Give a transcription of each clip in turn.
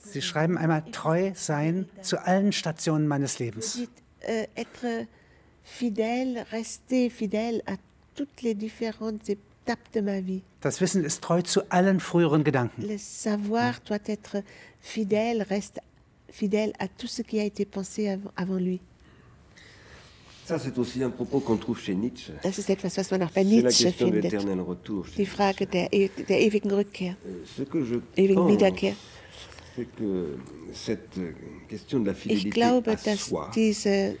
Sie schreiben einmal treu sein zu allen Stationen meines Lebens. dites euh, être fidèle, rester fidèle à toutes les différentes étapes de ma vie. Das Wissen ist treu zu allen früheren Gedanken. Le savoir doit être fidèle, reste fidèle à tout ce qui a été pensé av- avant lui. Ça, c'est aussi un propos qu'on trouve chez Nietzsche. Das ist etwas, was man auch bei C'est la Nietzsche question de findet. l'éternel retour. chez Die Frage der, e- der ewigen Rückkehr, Nietzsche. Ce que je ewigen pense, Wiederkehr. c'est que cette question de la Ich fidélité glaube, à dass soi, diese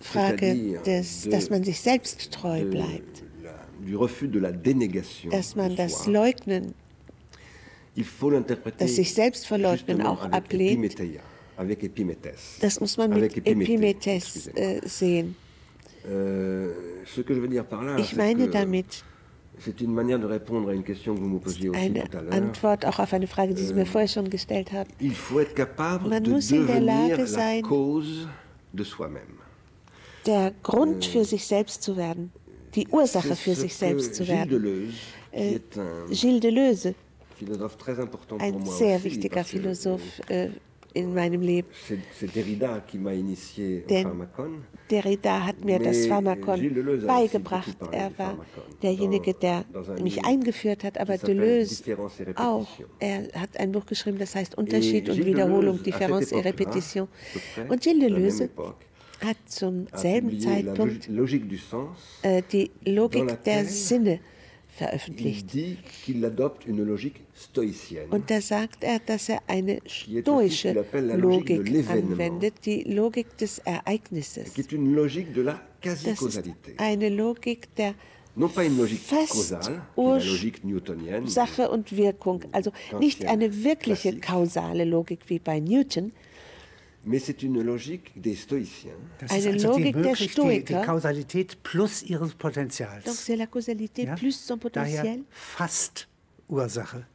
Frage, C'est-à-dire des, de- dass man sich selbst treu de bleibt, euh, la- du refus de la dénégation, dass man de das soi, Leugnen, il faut l'interpréter das sich selbst verleugnen justement auch avec ablehnt, Epimetheia, avec Epimetheus. das muss man mit Avec Epiméthée, Epimetheus excusez-moi. äh, sehen. Euh, ce que je veux dire par là, Ich c'est meine que damit c'est une manière de répondre à une question que vous me posiez aussi eine tout à l'heure. Antwort auch auf eine Frage, die Sie Äh. mir vorher schon gestellt haben. Il faut être capable Man de muss in der Lage devenir la sein- cause de soi-même. Der Grund für sich selbst zu werden, die Ursache für Äh. C'est ce sich que selbst zu Gilles werden. Deleuze, qui Euh, Ah, est un Gilles Deleuze, philosophe très important pour ein moi sehr aussi, wichtiger parce que, euh, Philosoph äh, in meinem Leben. C'est c'est Derrida qui m'a initié au Denn pharmacon. Derrida hat mir das Mais Gilles Pharmakon Deleuze a beigebracht. aussi beaucoup parlé Er du war Pharmakon. derjenige, der Dans- dans un mich livre eingeführt hat, aber qui s'appelle Deleuze Différence et auch. Répétition. Er hat ein Buch geschrieben, das heißt Unterschied Et und Gilles Wiederholung, Deleuze, à Difference et cette époque-là, Repetition. à peu près, Und Gilles à la même Deleuze époque, hat zum a selben publié la Zeitpunkt logi- logique du sens. äh, die Dans la Logik der Terre. Sinne Il veröffentlicht. dit qu'il adopte une logique stoïcienne. Und da sagt er, dass er eine est aussi ce stoische qu'il appelle la logique de Logik l'événement. anwendet, die Logik des qui Ereignisses. est une logique de la Das ist quasi-causalité. eine Logik der Non pas une logique fast causale, qui est ur- la logique newtonienne, Sache und Wirkung, also Ganz nicht ja eine wirkliche klassisch. kausale Logik wie bei Newton. mais c'est une logique des stoïciens. Das Eine Logik der wirklich die, die Stoiker. Kausalität plus ihres Donc Potenzials. c'est la causalité Ja? plus son Daher potentiel, fast Ursache.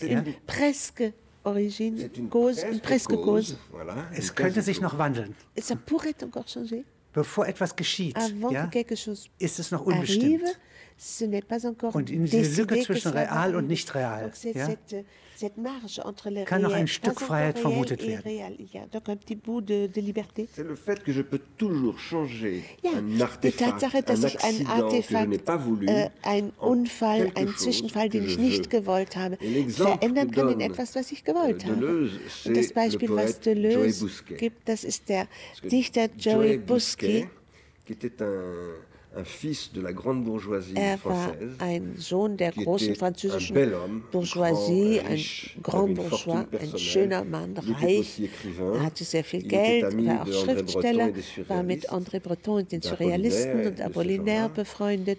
C'est Ja. une, presque origine, c'est une cause, une presque cause. Voilà, Es une könnte quasi- sich noch wandeln. Ça pourrait encore changer Bevor etwas geschieht, avant ja, que quelque chose ist es noch Ah, arrive. unbestimmt. Ce n'est pas encore Und in diese décidé Lücke que zwischen cela va real und arriver. nicht real, Donc c'est ja? cette, cette marge entre le Kann noch réel, ein Stück pas encore Freiheit réel vermutet et werden. réel. Il y a donc un petit bout de, de liberté. C'est le fait que je peux toujours changer Ja, un die artefact, Tatsache, dass un ich einen accident que je n'ai Artefakt, pas voulu, äh, einen en Unfall, quelque einen chose Zwischenfall, que den ich je nicht veux. gewollt habe, Et l'exemple verändern que kann in donne, etwas, was ich äh, gewollt habe. Deleuze, Und das c'est Beispiel, le was Poète Joey Deleuze Bousquet. gibt, das ist der Parce que Dichter Joey Bousquet, Busquet. qui était un, un fils de la grande bourgeoisie Er war française, ein Sohn der qui großen était französischen un bel homme, Bourgeoisie, grand, ein riche, Grand avec une Bourgeois, fortune ein personnelle. schöner Mann, Il était reich. aussi écrivain. Er hatte sehr viel Il Geld, était ami war auch de André Breton Schriftsteller, et des war mit Surréalistes, André Breton und den d'Apollinaire Surrealisten et und de ce Apollinaire genre-là. befreundet.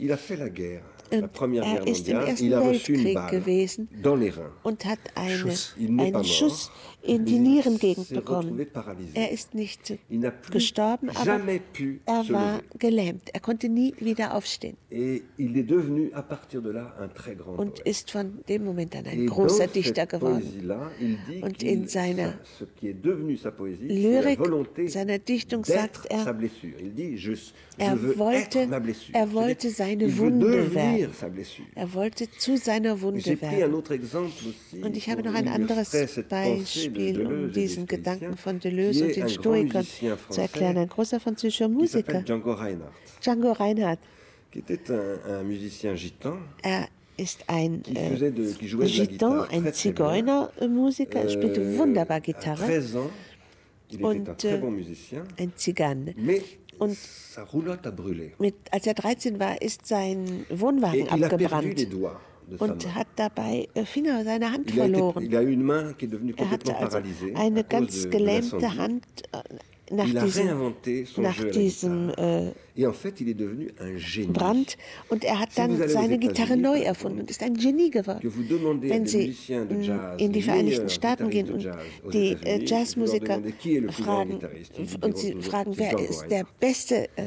il a fait la guerre, Und la première er guerre ist im mondiale, Ersten il a reçu une Weltkrieg balle gewesen. dans les reins. und hat eine, Schuss. Il n'est pas einen mort, Schuss in mais die il Nierengegend s'est retrouvé bekommen. paralysé. Er ist nicht Il n'a plus gestorben, aber jamais pu er se war lever. gelähmt. Er konnte nie wieder aufstehen Et il est devenu à partir de là un très grand und poète. ist von dem Moment an Oh, Et ein dans großer cette Dichter geworden. poésie-là, il dit Und qu'il- in seiner ce qui est devenu sa poésie, c'est la Lyrik, volonté seiner Dichtung d'être sagt er, sa blessure. Il dit, je, je Er veux wollte- être ma blessure. er wollte C'est-à-dire, seine il veut Wunde devenir werden. sa blessure. Er wollte zu seiner Et J'ai Wunde pris un werden. autre exemple aussi. Und ich habe pour noch ein illustrer anderes cette pensée de Beispiel, Deleuze et um des diesen Stoïciens, Gedanken von qui Deleuze und est un den grand Stoikern musicien zu français erklären. Ein großer französischer qui s'appelle Musiker, Django Reinhardt, Django Reinhardt, qui était un, un musicien gitan er ist ein qui, äh, faisait de, qui jouait de la Gitan, guitare ein très, très bien. Zigeunermusiker, er spielte Euh, wunderbar à Gitarre, 13 ans, il Und, était un très äh, bon musicien, ein Zigan. mais und- sa roulotte a brûlé. Mit, als er 13 war, ist sein Et Wohnwagen il a perdu les abgebrannt doigts de sa und main. hat dabei äh, Finger seiner Hand Il a, été- verloren. il a eu une main qui est devenue Er hatte complètement also paralysée. à eine cause ganz de- de gelähmte l'incendie. Hand äh, nach Il a diesem, réinventé son nach jeu à la diesem guitare. äh, Et en fait, il est devenu un génie. Brand und er hat Si vous dann allez aux seine Gitarre États-Unis, neu par erfunden exemple, und ist ein Genie Que geworden. vous demandez à Wenn des Sie musiciens de mh, jazz, in die les Vereinigten meilleurs Staaten gehen guitaristes de und jazz aux die äh, États-Unis, vous leur Jazzmusiker demandez qui est le plus grand fragen guitariste, ils vous und sie diront toujours, fragen, c'est wer Django ist der Reinhardt. beste äh,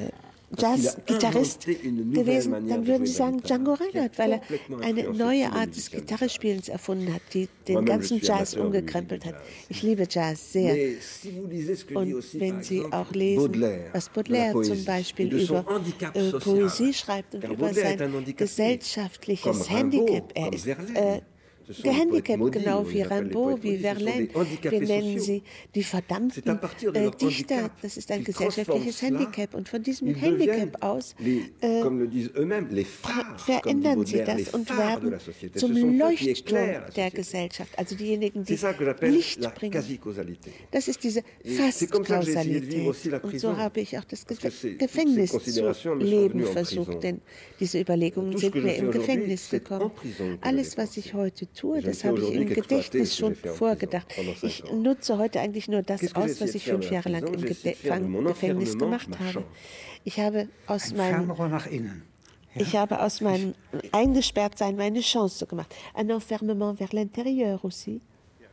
qu'il a Jazzgitarrist inventé une nouvelle gewesen, manière dann de würden jouer sie la sagen guitare, Django qui a Reinhardt, weil er complètement eine influencé neue tous les Art des musiciens du Gitarrespielens erfunden hat, die den Moi-même, ganzen je suis Jazz amateur de umgekrempelt hat. Musik Jazz. Ich liebe Jazz sehr. Mais si vous lisez ce que dit Und aussi, wenn par Sie exemple, auch lesen, Baudelaire, was de la Baudelaire poésie, zum Beispiel et de son über handicap äh, social. Poesie schreibt und Car über Baudelaire sein est un handicapé, gesellschaftliches comme Rimbaud, Handicap. Er comme ist Verlaine. äh, Ce sont les poètes Gehandicapt, maudits, on genau les wie appelle les Rimbaud, poètes wie maudits, ce sont Verlaine. des Wir handicapés nennen sociaux. sie die C'est à verdammten partir de äh, leur Dichter. handicap Das ist ein qu'ils transforment gesellschaftliches cela. Handicap. Und von diesem Ils deviennent Handicap aus les- äh, comme le disent eux-mêmes, les phares, comme dit verändern sie Baudelaire, les das und phares de werden la société. Ce zum sont ceux qui Leuchtturm éclairent la der société. Gesellschaft. Also diejenigen, C'est die ça que j'appelle Licht la bringen. quasi-causalité. Das ist diese Et c'est comme ça que j'ai essayé de vivre aussi la Fast-Kausalität. Und so prison. habe ich auch das Ge Parce que c'est- Gefängnis toutes ces zu considérations me sont leben venues en prison. versucht, denn diese Überlegungen Tout ce sind que je mir fais im aujourd'hui, Gefängnis c'est en gekommen. prison que je Alles, l'ai was ich pensé. heute tue, Et je ne das sais habe ich aujourd'hui im qu'exploiter Gedächtnis ce que schon j'ai fait en prison vorgedacht. pendant cinq Ich ans. nutze heute eigentlich nur das Qu'est-ce que j'ai aus, essayé was de ich faire fünf de la Jahre lang im prison? J'ai essayé de faire de Gefäng- mon Gefängnis enfermement gemacht ma habe. chance. Ich habe aus Ein meinem Fernrohr nach innen. ich habe aus meinem Eingesperrtsein meine Chance gemacht. Un enfermement vers l'intérieur aussi.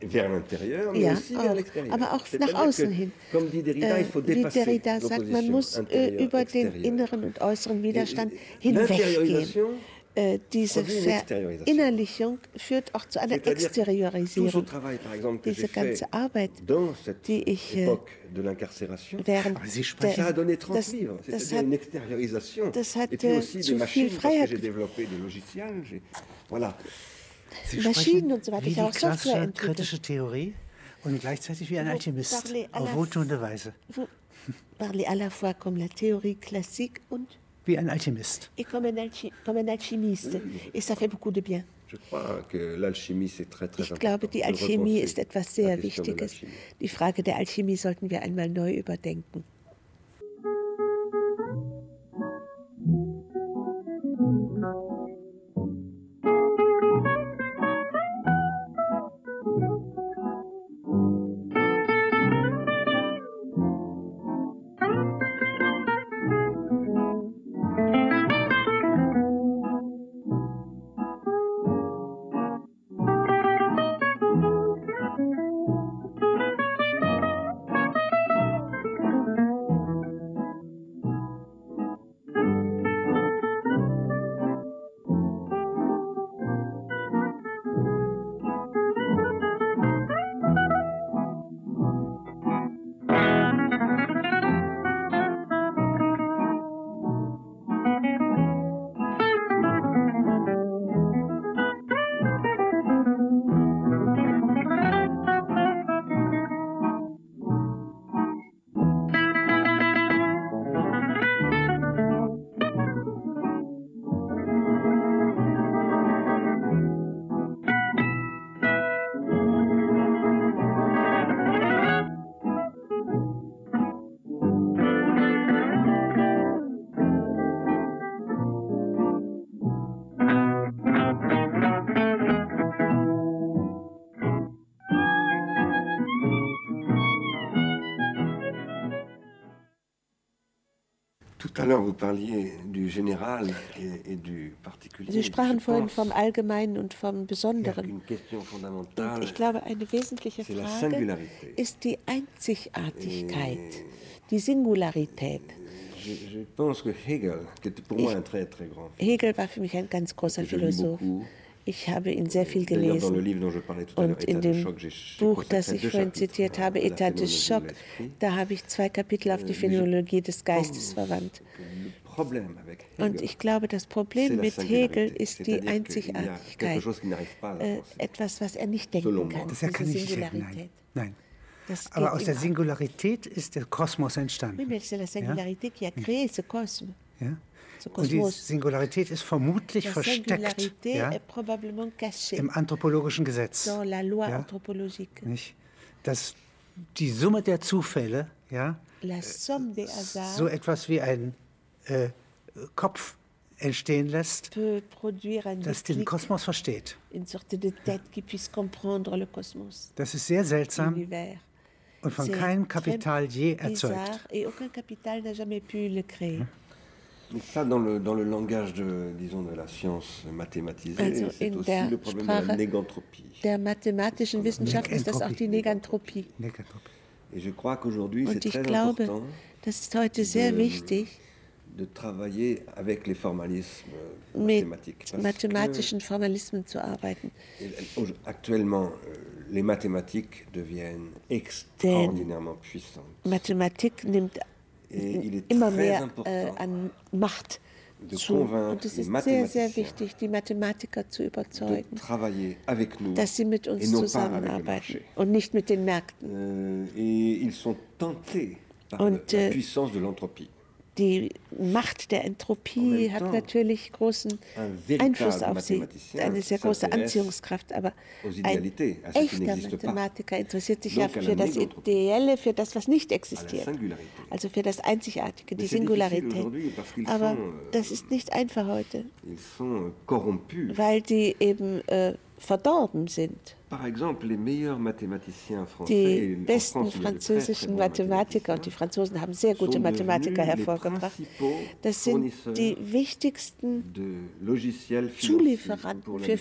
Vers l'intérieur, mais Ja, aussi vers auch, l'extérieur. aber auch C'est-à-dire nach außen que, hin. Comme dit Derrida, Äh, il faut wie dépasser Derrida sagt, man l'opposition muss äh, intérieure, über den extérieure. inneren und Äh, äußeren Widerstand Et- et- hinweggehen. l'intériorisation Äh, diese produit une extériorisation. Verinnerlichung führt auch zu einer C'est-à-dire que tout ce Exteriorisierung. travail, par exemple, que Diese j'ai fait ganze Arbeit, dans cette die ich, äh, époque Ah, de l'incarcération, Während Aber Sie sprechen- ça a der, donné 30 das, livres, das c'est-à-dire hat une extériorisation. das hat, Et puis euh, zu aussi des viel machines, parce que Freiheit j'ai développé des logiciels. j'ai- Voilà. Sie Maschinen sprechen und so weiter. wie Ich habe die auch Software klassische entwickelt. kritische Theorie und gleichzeitig wie ein Vous Alchemist parlez à la- auf wohltuende Weise. vous parlez à la fois comme la théorie classique und Wie ein Alchemist. et comme un, alchi- comme un alchimiste. Et ça fait beaucoup de bien. Je crois que l'alchimie, c'est très, très Ich important. glaube, die de Alchemie repenser ist etwas la sehr question de Wichtiges. l'alchimie. Die Frage der Alchemie sollten wir einmal neu überdenken. Tout à l'heure, vous parliez du général et, et du particulier. Sie sprachen Je vorhin pense vom Allgemeinen und vom Besonderen. qu'une question Und fondamentale. ich glaube, eine wesentliche C'est la Frage singularité. ist die Äh. Einzigartigkeit, die Singularität. Je, je pense que Hegel, qui était pour moi un très très grand Hegel war für mich ein ganz großer Je lis Philosoph. beaucoup. Ich habe ihn sehr viel D'ailleurs, dans le gelesen. livre dont je parlais tout à l'heure, Und in État de dem choc, j'ai j'ai Buch, consacré das ich deux vorhin chapitres zitiert à- habe, à la État de phénoménologie de Schock, l'esprit. da habe ich zwei Kapitel auf die Euh, Oh. Phänomenologie des Geistes pense verwandt. que Le problème avec Und Hegel, ich glaube, das c'est Problem la mit singularité. Hegel ist die C'est-à-dire qu'il y a quelque Einzigartigkeit. chose qui n'arrive pas à la Äh, pensée. etwas, was er nicht denken Solomon. kann, Das Das er diese kann nicht sehen. Nein. Singularität. Nein. Das Aber geht aus ihm der ab. Singularität ist der Kosmos Oui, entstanden. mais c'est la singularité qui a créé ce cosme. Ja? So Und Hm. die Kosmos. Singularität ist vermutlich La versteckt singularité ja? est probablement cachée im anthropologischen Gesetz. dans la loi Ja? Hm. anthropologique. Nicht? Dass die Summe der Zufälle ja, La somme des hasards Äh, so etwas wie ein äh, Kopf entstehen lässt, peut produire un das den déclic, Kosmos versteht. une sorte de tête qui puisse comprendre le cosmos, Das ist sehr seltsam l'univers. und von C'est keinem très Kapital je erzeugt. bizarre et aucun capital n'a jamais pu le créer. Donc ça, dans le, dans le langage, de, disons, de la science mathématisée, Also, c'est in aussi der le problème de la Sprache- négantropie. Der Äh, mathematischen Wissenschaft ist das auch die Negantropie. Nekatropie. Et je crois qu'aujourd'hui, c'est Und ich très glaube, important das ist heute sehr Ähm, wichtig, de travailler avec les formalismes mit mathématiques. parce que, mathematischen Formalismen zu arbeiten. euh, Actuellement, euh, les mathématiques deviennent extraordinairement puissantes. Mathematik nimmt äh, Et euh, il est immer très mehr important äh, an Macht de zu. Und convaincre es les ist sehr, sehr mathématiciens wichtig, die Mathematiker zu de überzeugen, travailler avec nous dass sie mit et uns non pas avec le zusammenarbeiten marché. und nicht mit den Märkten. Euh, et ils sont tentés par Und, le- la äh, puissance de l'entropie. Die Macht der Entropie En même hat temps, natürlich großen un véritable Einfluss auf sie, mathématicien eine sehr große s'intéresse Anziehungskraft. Aber aux ein idéalités, à ce qui echter n'existe pas. Mathematiker interessiert sich Donc à ja la für das mégantropie. Ideelle, für das, was nicht À la existiert. singularité. Also für das Einzigartige, Mais die c'est difficile Singularität. aujourd'hui parce qu'ils Aber sont, euh, das ist nicht einfach heute, Ils sont euh, corrompus. weil die eben äh, verdorben sind. Par exemple, les meilleurs mathématiciens français, Die et en France, besten il y a de très, très französischen bons Mathematiker, und die mathématiciens, Franzosen haben sehr gute sont Mathematiker devenus les hervorgebracht, principaux das sind fournisseurs die wichtigsten de logiciels financiers pour Zulieferanten la für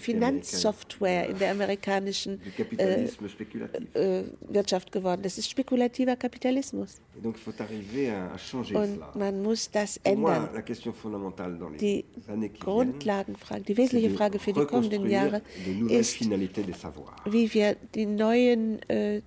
Finanzsoftware in der amerikanischen du äh, capitalisme spéculatif. äh, Wirtschaft geworden. Das ist spekulativer Kapitalismus. Et donc, il faut arriver à, à changer Und cela. man muss das Pour moi, ändern. la question fondamentale dans les Die années qui viennent, Grundlagenfrage, die c'est wesentliche Frage für de die kommenden reconstruire Jahre de nouvelles ist, finalités des savoirs. wie wir die neuen, äh,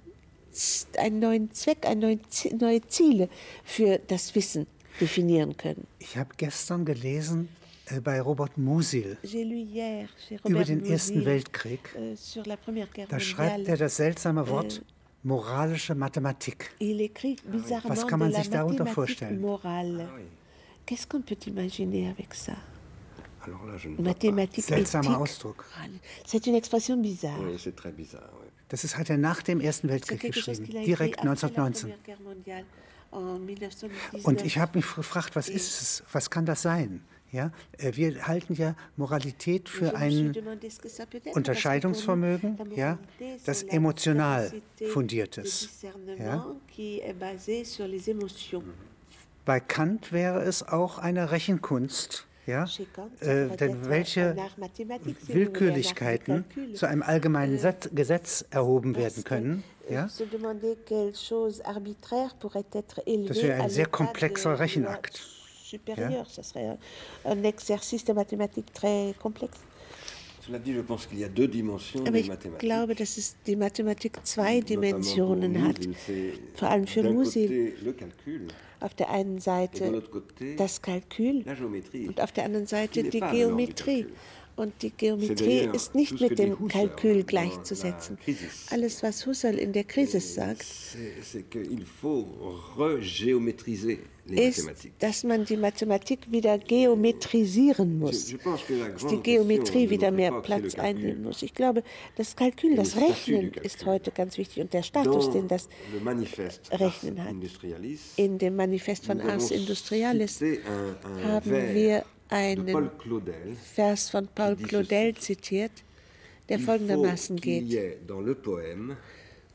Z- einen neuen Zweck, ein neuen Z- neue Ziele für das Wissen definieren können. Ich habe gestern gelesen äh, bei Robert Musil J'ai lu hier chez über Robert den Ersten Musil, Weltkrieg. äh, sur la Première Guerre Da schreibt er mondiale. das seltsame Wort moralische Mathematik. Il écrit Ah bizarrement Was kann man de la sich darunter mathématique vorstellen? morale. Ah oui. Qu'est-ce qu'on peut imaginer avec ça Alors là, je ne vois pas. Mathématiques Seltsamer éthiques, Ah, Ausdruck. morale. Ah, C'est une expression bizarre. Oui, c'est très bizarre. oui. Das ist, hat er nach dem Ersten C'est Weltkrieg quelque chose geschrieben, qu'il a écrit direkt après la 1919. Première Guerre mondiale, en 1919. Und ich habe mich gefragt, was ist es? Was kann das sein? Ja, äh, wir halten ja Moralität für ein Unterscheidungsvermögen, ja, das emotional fundiert ist, ja. Bei Kant wäre es auch eine Rechenkunst, ja, äh, denn welche Willkürlichkeiten zu einem allgemeinen Satz, Gesetz erhoben werden können, ja, Se demander quelle chose arbitraire pourrait être élevée Das wäre ein à sehr l'état de komplexer loi Rechenakt. supérieur. Ça serait un, un exercice de mathématiques très complexe. Cela dit, je pense qu'il y a deux dimensions Aber des ich mathématiques. glaube, dass es die Mathematik zwei notamment pour Dimensionen hat. Musil, c'est Vor allem für d'un Musil. côté le calcul Auf der einen et de Seite l'autre côté das Kalkül la géométrie. und auf der anderen Seite n'est die pas alors du Geometrie. Kalkül. Und die C'est Geometrie d'ailleurs ist tout nicht ce que mit dit dem Husserl Kalkül dans gleichzusetzen. la Crisis. Alles, was Husserl in der Krise sagt, C'est c'est qu'il faut regéométriser les ist, mathématiques. dass man die Mathematik wieder geometrisieren Je, muss. je pense que la dass die grande question Geometrie de wieder notre mehr époque, c'est le Platz calcul. einnehmen muss. Ich glaube, das Kalkül, das das Statut du Rechnen Kalkül. ist heute ganz wichtig und der Status, Dans den das le manifeste Rechnen Ars hat. Industrialis, in dem Manifest von nous avons Ars Industrialis cité un- un haben vers wir de Paul einen Claudel Vers von Paul dieses- Claudel zitiert, der Il faut folgendermaßen qu'il y geht. ait dans le poème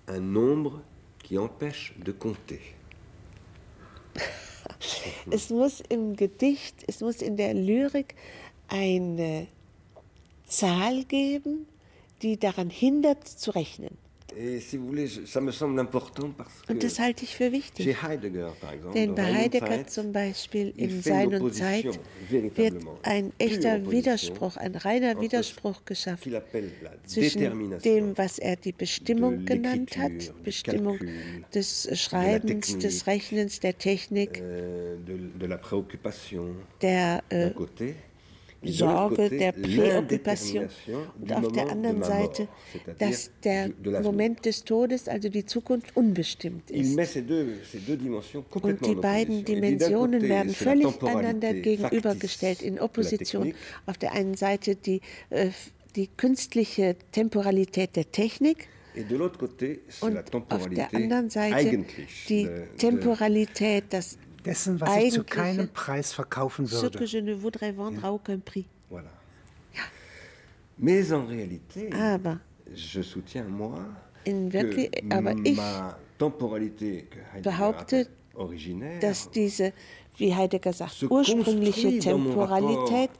un nombre qui empêche de compter. Es muss im Gedicht, es muss in der Lyrik eine Zahl geben, die daran hindert zu rechnen. Et si vous voulez, je- ça me semble important parce que Und das halte ich für chez wichtig. Heidegger, par exemple, Denn dans bei Raum und Heidegger Zeit, zum Beispiel in il fait une Sein und Zeit opposition, wird véritablement, ein pure echter opposition, Widerspruch, ein reiner entre Widerspruch geschafft qu'il appelle la zwischen détermination dem, was er die Bestimmung de genannt hat, l'écriture, du Bestimmung Kalkül, des Schreibens, Technik, des Rechnens, der Technik, euh, de, de la préoccupation der d'un äh, côté. et de l'autre Sorge, côté, der Präoccupation und l'indétermination du auf moment der de anderen ma Seite, mort, c'est-à-dire dass der du- de l'avenir. Moment des Todes, also die Zukunft, unbestimmt Il ist. met ces deux, ces deux dimensions Und complètement die en opposition. beiden Il dit d'un Dimensionen côté, werden c'est la völlig temporalité einander gegenübergestellt, factice in de la Opposition. technique, Auf der einen Seite die, äh, die künstliche Temporalität der Technik Et de l'autre côté, c'est und la auf temporalité der anderen Seite eigentlich die de- de- Temporalität, das dessen, was ich zu Eigentliche- keinem Preis verkaufen ce que würde. je ne voudrais vendre à aucun prix. Voilà. Mais en réalité, Aber je soutiens moi In que wirklich- aber ich ma temporalité que Heidegger behaupte, appelle originaire dass diese, wie Heidegger sagt, Se ursprüngliche construit dans mon Temporalität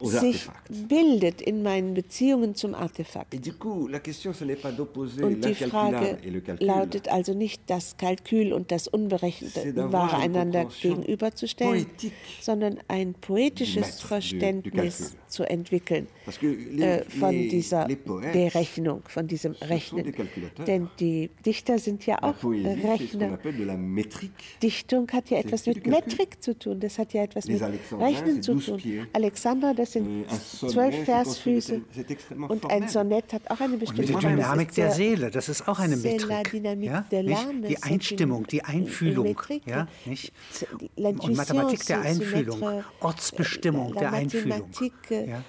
aux sich artefacts. bildet in meinen Beziehungen zum Artefakt. Et du coup, la question, ce n'est pas d'opposer Und die l'incalculable Frage et le calcul, lautet also nicht, das Kalkül und das C'est Unberechnete d'avoir wahre une einander compréhension gegenüberzustellen, poétique sondern ein du poetisches maître, du- du Verständnis calcul. zu entwickeln Parce que les- äh, von les- dieser les poètes, Berechnung, von diesem sont des Rechnen. calculateurs. Denn die Dichter sind ja la auch äh, poésie, c'est ce qu'on Rechner. appelle de la métrique. Dichtung hat ja etwas c'est du mit calcul. Metrik zu tun, das hat ja etwas Les mit Alexandrins, c'est Rechnen zu douze tun. pieds. Alexander, das Euh, sind un sonnet, c'est zwölf construit de Versfüße tel- c'est extrêmement und ein formel. Sonett hat auch eine Und bestimmte die Form. Das Dynamik ist der Seele, das ist auch eine c'est la Metrik. dynamique Ja? de l'âme, Nicht? Die c'est Einstimmung, une- die une Einfühlung. métrique. Ja? Nicht? C'est- Und l'intuition, Mathematik der c'est- c'est Einfühlung, notre, Ortsbestimmung la der Einfühlung. mathématique, euh, Ja?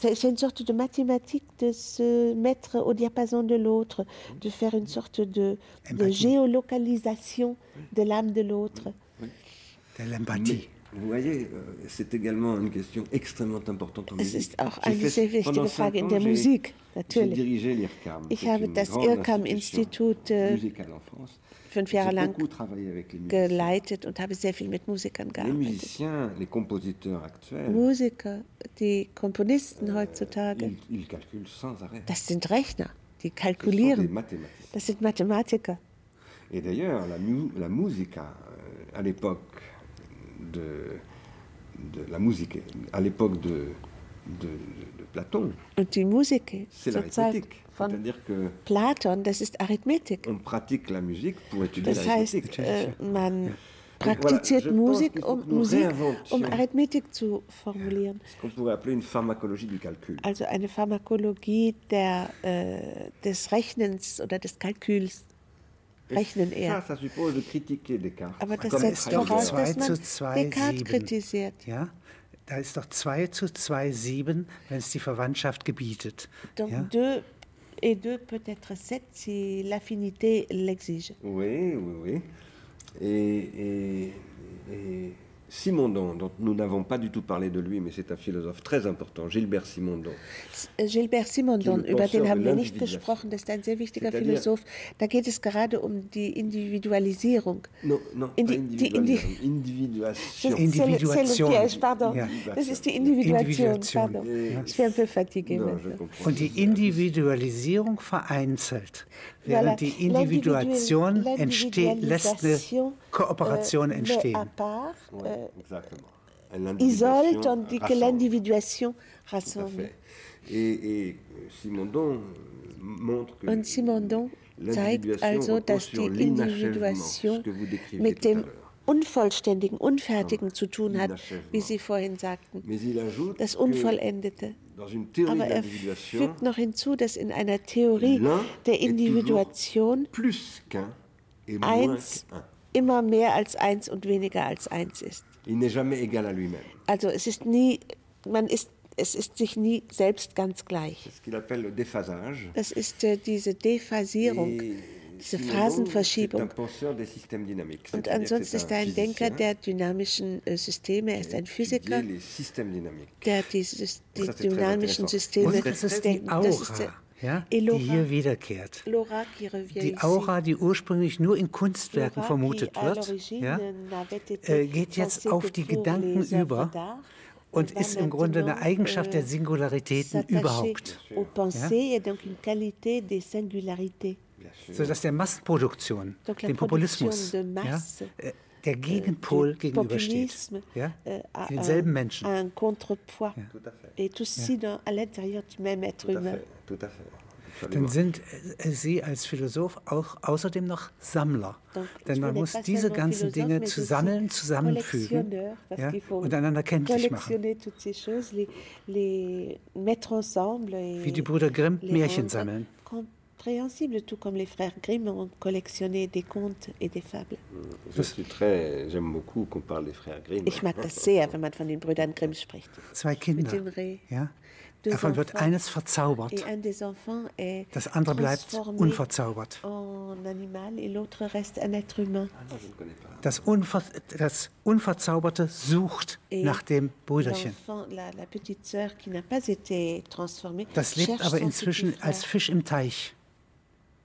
C'est c'est une sorte de mathématique de se mettre au diapason de l'autre, de faire une sorte de, de Empathie. géolocalisation de l'âme de l'autre. Der Mais, L'Empathie. vous voyez, euh, c'est également une question extrêmement importante en Es musique. ist auch J'ai eine fait- sehr wichtige pendant cinq Frage in ans, der j'ai- Musik, J'ai natürlich. dirigé l'IRCAM. Ich qui est habe une das grande IRCAM institution Institut, äh, musicale en France. fünf Jahre J'ai lang beaucoup travaillé avec les musiciens. geleitet und habe sehr viel mit Musikern Les gearbeitet. musiciens, les compositeurs actuels, Musiker, die Komponisten heutzutage, ils, ils calculent sans arrêt. das sind Rechner, die Ce sont des kalkulieren. mathématiciens. Das sind Mathematiker. Et d'ailleurs, la, mu la musica, euh, à l'époque de, de la musique, à l'époque de, de, de Platon, Und die Musik c'est zur Zeit l'arithmétique. von C'est-à-dire que Platon, das ist Arithmetik. on pratique la musique pour étudier Das heißt, l'arithmétique. äh, man voilà, praktiziert je pense qu'il Musik, faut um, que nous Musik, um réinventions. Arithmetik zu formulieren. Ce qu'on pourrait appeler une pharmacologie du calcul. Also eine Pharmakologie der, äh, des Rechnens oder des Kalküls. Et Ah, Rechnen ça, eher. ça suppose de critiquer Descartes. Aber das Komm, setzt ist doch voraus, zwei dass zu man zwei, Descartes sieben. kritisiert. Ja? Da ist doch 2 zu 2, 7, wenn es die Verwandtschaft gebietet. Donc Ja? deux et deux peut-être sept si l'affinité l'exige. Oui, oui, oui. Et, et- et Simondon, dont nous n'avons pas du tout parlé de lui, mais c'est un philosophe très important, Gilbert Simondon. Gilbert Simondon, Gilbert über den Simondon, haben wir Land- nicht gesprochen, das ist ein sehr wichtiger C'est-à-dire- Philosoph. Da geht es gerade um die Individualisierung. Non, non, Indi- pas die individualisme, Indi- individuation. C'est- c'est le- C'est le Individuation. piège, pardon. Ja. Das ist die Individuation, Individuation. pardon. Ja. Ich bin ein bisschen fatigué. Non, je maintenant. comprends. Und die Individualisierung vereinzelt, Voilà. während die Individuation L'individu- entsteht, lässt eine l'individualisation, Kooperation äh, met à entstehen. part, Ouais, äh, exactement. isole, L'individuation tandis que rassemble. l'individuation Tout à rassemble. fait. Et, et Simondon euh, montre que Und Simondon zeigt l'individuation also, repose dass die sur l'inachèvement, Individuation ce que vous décriviez mit tout à dem l'heure. Unvollständigen, Unfertigen zu tun hat, wie Inachèvement. Sie vorhin sagten. Mais il ajoute Das que Unvollendete. dans une théorie de Aber er l'individuation, fügt noch hinzu, dass in einer Theorie l'un der est Individuation toujours plus qu'un et moins eins qu'un. immer mehr als eins und weniger als eins ist. Il n'est jamais égal à lui-même. Also es ist nie, man ist, es ist sich nie selbst ganz gleich. C'est ce qu'il appelle le déphasage. Das ist äh, diese Dephasierung, Et diese Simondon, C'est un Phasenverschiebung. penseur des systèmes dynamiques. Und c'est-à-dire que ansonsten c'est ist er ein Denker physicien der dynamischen äh, Systeme, er qui ist ein étudie Physiker, les systèmes dynamiques. der die, Sys- Und die das ist sehr dynamischen interessant. Systeme Und das ist die denkt. Das ist Aura, äh, ja, et die l'aura. hier wiederkehrt. Laura qui revient Die ici. Aura, die ursprünglich nur in Laura Kunstwerken qui, vermutet à wird, l'origine, ja, n'avait été äh, geht jetzt pensée auf que die pour Gedanken les œuvres über d'art. und Va ist im Grunde eine maintenant, Eigenschaft der äh, Singularitäten s'attacher überhaupt, aux pensées et donc une qualité des singularités. Bien sûr. sodass der Massenproduktion, Donc la dem production Populismus, de ja, masse, äh, der Gegenpol du gegenübersteht, populisme, ja, euh, a in un, denselben Menschen. un contrepoids. Tout à fait. Et tout ceci dans- à l'intérieur du même être Tout à humain. fait. Tout à fait. Absolument. Dann sind äh, Sie als Philosoph auch außerdem noch Sammler. Donc, Denn je man n'ai muss pas diese seulement ganzen philosophe, Dinge mais je suis zusammen, zusammenfügen collectionneur, parce ja, qu'il faut und einander kenntlich machen. collectionner toutes ces choses, les, les mettre ensemble et Wie die Brüder Grimm les Märchen rendre sammeln. compréhensibles, tout comme les frères Grimm ont collectionné des contes et des fables. Je suis très, j'aime beaucoup qu'on parle des frères Grimm. Ah, Ich mag das sehr, wenn man von den Brüdern Grimm spricht. Zwei Mit Kinder. den Reh. Ja? Deux Davon wird enfants. eines verzaubert, Et un des enfants est das andere bleibt transformé unverzaubert. en animal et l'autre reste un être humain. Ah, je ne connais pas. Das, Unver das Unverzauberte sucht Et nach dem Brüderchen. L'enfant, la, la petite sœur qui n'a pas été transformée. Das lebt cherche aber son inzwischen petit als frère. Fisch im Teich.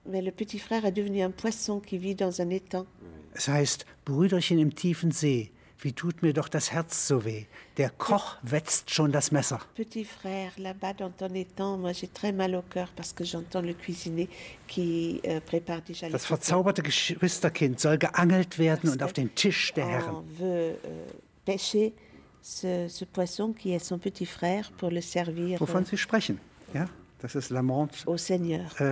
Mais le petit frère est devenu un poisson qui vit dans un étang. Es heißt Brüderchen im tiefen See. Wie tut mir doch das Herz so weh. Der Koch wetzt schon das Messer. Petit frère, là-bas dans ton étang, moi j'ai très mal au cœur parce que j'entends le cuisinier qui euh, prépare déjà les Das verzauberte Geschwisterkind soll geangelt werden und auf den Tisch der On Herren. veut euh, pêcher ce, ce poisson qui est son petit frère pour le servir Wovon Sie sprechen. Ja? Das ist Lamont, euh, au Seigneur. äh,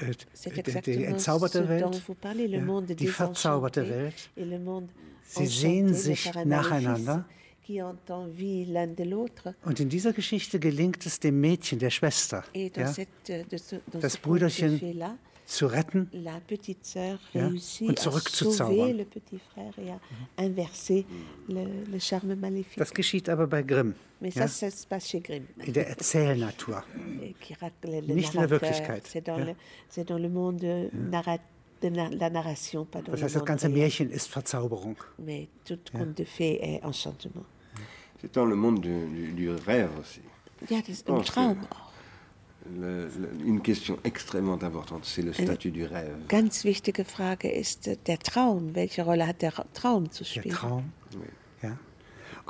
äh, die, C'est die exactement ce entzauberte dont Welt, vous parlez, le ja, monde die verzauberte désenchanté Welt. et le monde Sie enchanté, sehnen le sich paramaléfice nacheinander. qui ont envie l'un de l'autre. Und in dieser Geschichte gelingt es dem Mädchen, der Schwester, Et dans, ja, cette, euh, de ce, dans Das ce conte de Brüderchen fées-là, zu retten. la petite sœur Ja, réussit und à zurückzuzaubern. sauver le petit frère et à inverser le, le charme maléfique. Das geschieht aber bei Grimm, Mais ja, ça, ça se passe chez Grimm. in der Erzählnatur. Et qui rac- le- le Nicht in der narrateur, Wirklichkeit, C'est dans, ja. le- c'est dans le monde euh, narra- de na- la narration, pas dans Das le heißt, das monde ganze réel. Märchen ist Verzauberung. Mais tout conte de fées est enchantement. C'est dans le monde du, du- du rêve aussi. Ja, das ist Oh, ein schön. Traum. Le- le- une question extrêmement importante, c'est le statut du rêve. Ganz wichtige Frage ist äh, der Traum. Welche Rolle hat der Ra- Traum zu Der spielen? Traum. Oui. Ja.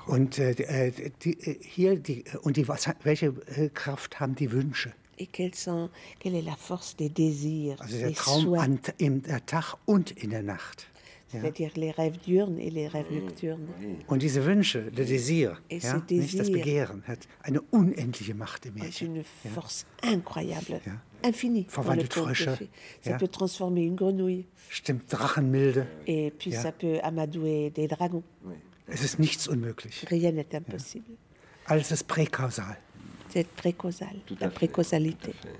Und äh, die- äh, die, äh, hier die und die was, welche äh, Kraft haben die Wünsche? Et quelles sont, quelle est la force des désirs, Also der des Traum souhaits, an, im der Tag und in der Nacht. c'est-à-dire les rêves diurnes et les rêves Mm. nocturnes. Und diese Wünsche, der Desir, Es ja, ist nicht das Desir. Begehren, hat eine unendliche Macht im C'est Märchen. une force incroyable, infinie. dans Forward le de conte de Frösche, fées. Ça ja. peut transformer une grenouille Stimmt, Drachenmilde. et puis Ja. ça peut amadouer des dragons. Es ist nichts unmöglich. Rien n'est impossible. Alles ist präkausal. C'est précausal, Tout à la fait, précausalité. tout à fait.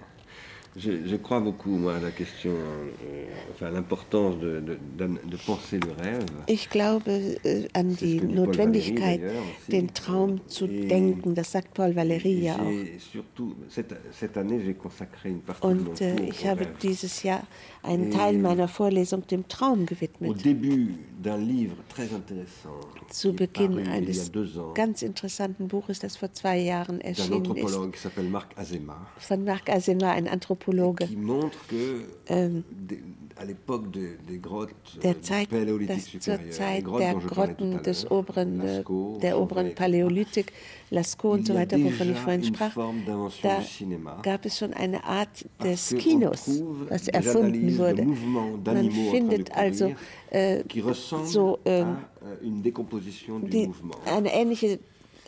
Je, je crois beaucoup, moi, à la question, euh, enfin, à l'importance de, de- d'an- de penser le rêve. Ich glaube äh, an C'est ce die que dit Paul Notwendigkeit, Valéry, d'ailleurs, aussi. den Traum zu Et- denken. Das sagt Paul Valéry ja auch. J'ai surtout, cette, cette année, j'ai consacré une partie de mon Und cours äh, ich au, habe rêve. dieses Jahr Ähm, einen Teil meiner Vorlesung dem Traum Au gewidmet. début d'un livre très intéressant, Zu qui est Beginn paru il y a eines deux ans, ganz interessanten Buches, das vor zwei Jahren d'un erschienen ist, anthropologue qui s'appelle Marc Azema, von Marc Asenma, ein Anthropologe. qui montre que, des- à l'époque de- des grottes Euh, euh, der du zeigt, paléolithique dass zur supérieur, les Zeit grottes der dont je parlais tout à Grotten des l'heure, oberen, äh, Lascaux, der oberen Chauvet, Paläolithik, Lascaux und Il so y a weiter, wovon déjà ich vorhin une sprach, forme d'invention da du cinéma, gab es schon eine Art des que on Kinos, trouve was des erfunden Analysen de wurde. mouvements Man d'animaux en train de findet also courir, äh, qui ressemble so à ähm, euh, une décomposition du die, mouvement. eine ähnliche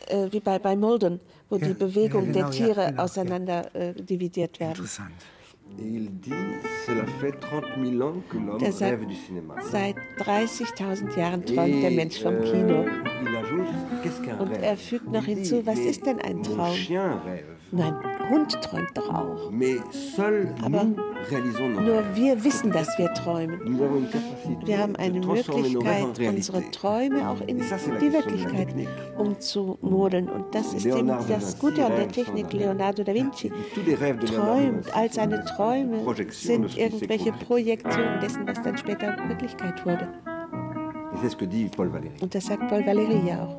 äh, wie bei, bei Molden, wo die Bewegung ja, genau, der Tiere ja, genau, auseinander äh, dividiert werden. Interessant. Et il dit, cela fait 30 000 ans que l'homme Der sagt, rêve du cinéma. seit 30.000 Jahren Et, träumt der Mensch vom euh, Kino. il ajoute, qu'est-ce qu'un Und rêve er fügt noch Il dit, hinzu, was mais ist denn ein mon Traum chien rêve, Nein, Hund träumt doch auch. mais seul Aber nous réalisons nos Nur rêves. wir wissen, dass wir träumen. Nous avons une capacité Wir haben eine de transformer nos rêves en Möglichkeit, réalité. unsere Träume auch in Et ça, c'est la die question de la Wirklichkeit technique. umzumodeln. Und das ist eben Leonardo da das Vinci, Gute an der Rêve von Technik. Rêve. Leonardo da Vinci Tous les rêves de Leonardo da Vinci träumt. All seine sind Träume Projektionen sind de ce qui s'est irgendwelche produit. Projektionen dessen, was dann später Wirklichkeit wurde. Et c'est ce que dit Paul Valéry. Und das sagt Paul Valéry ja auch.